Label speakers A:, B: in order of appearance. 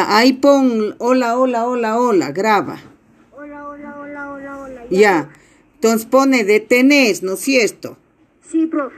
A: Ah, ahí pon hola, hola, hola, hola, graba.
B: Hola, hola, hola, hola, hola.
A: Ya. Entonces pone detenés, ¿no es cierto?
B: Sí, profe.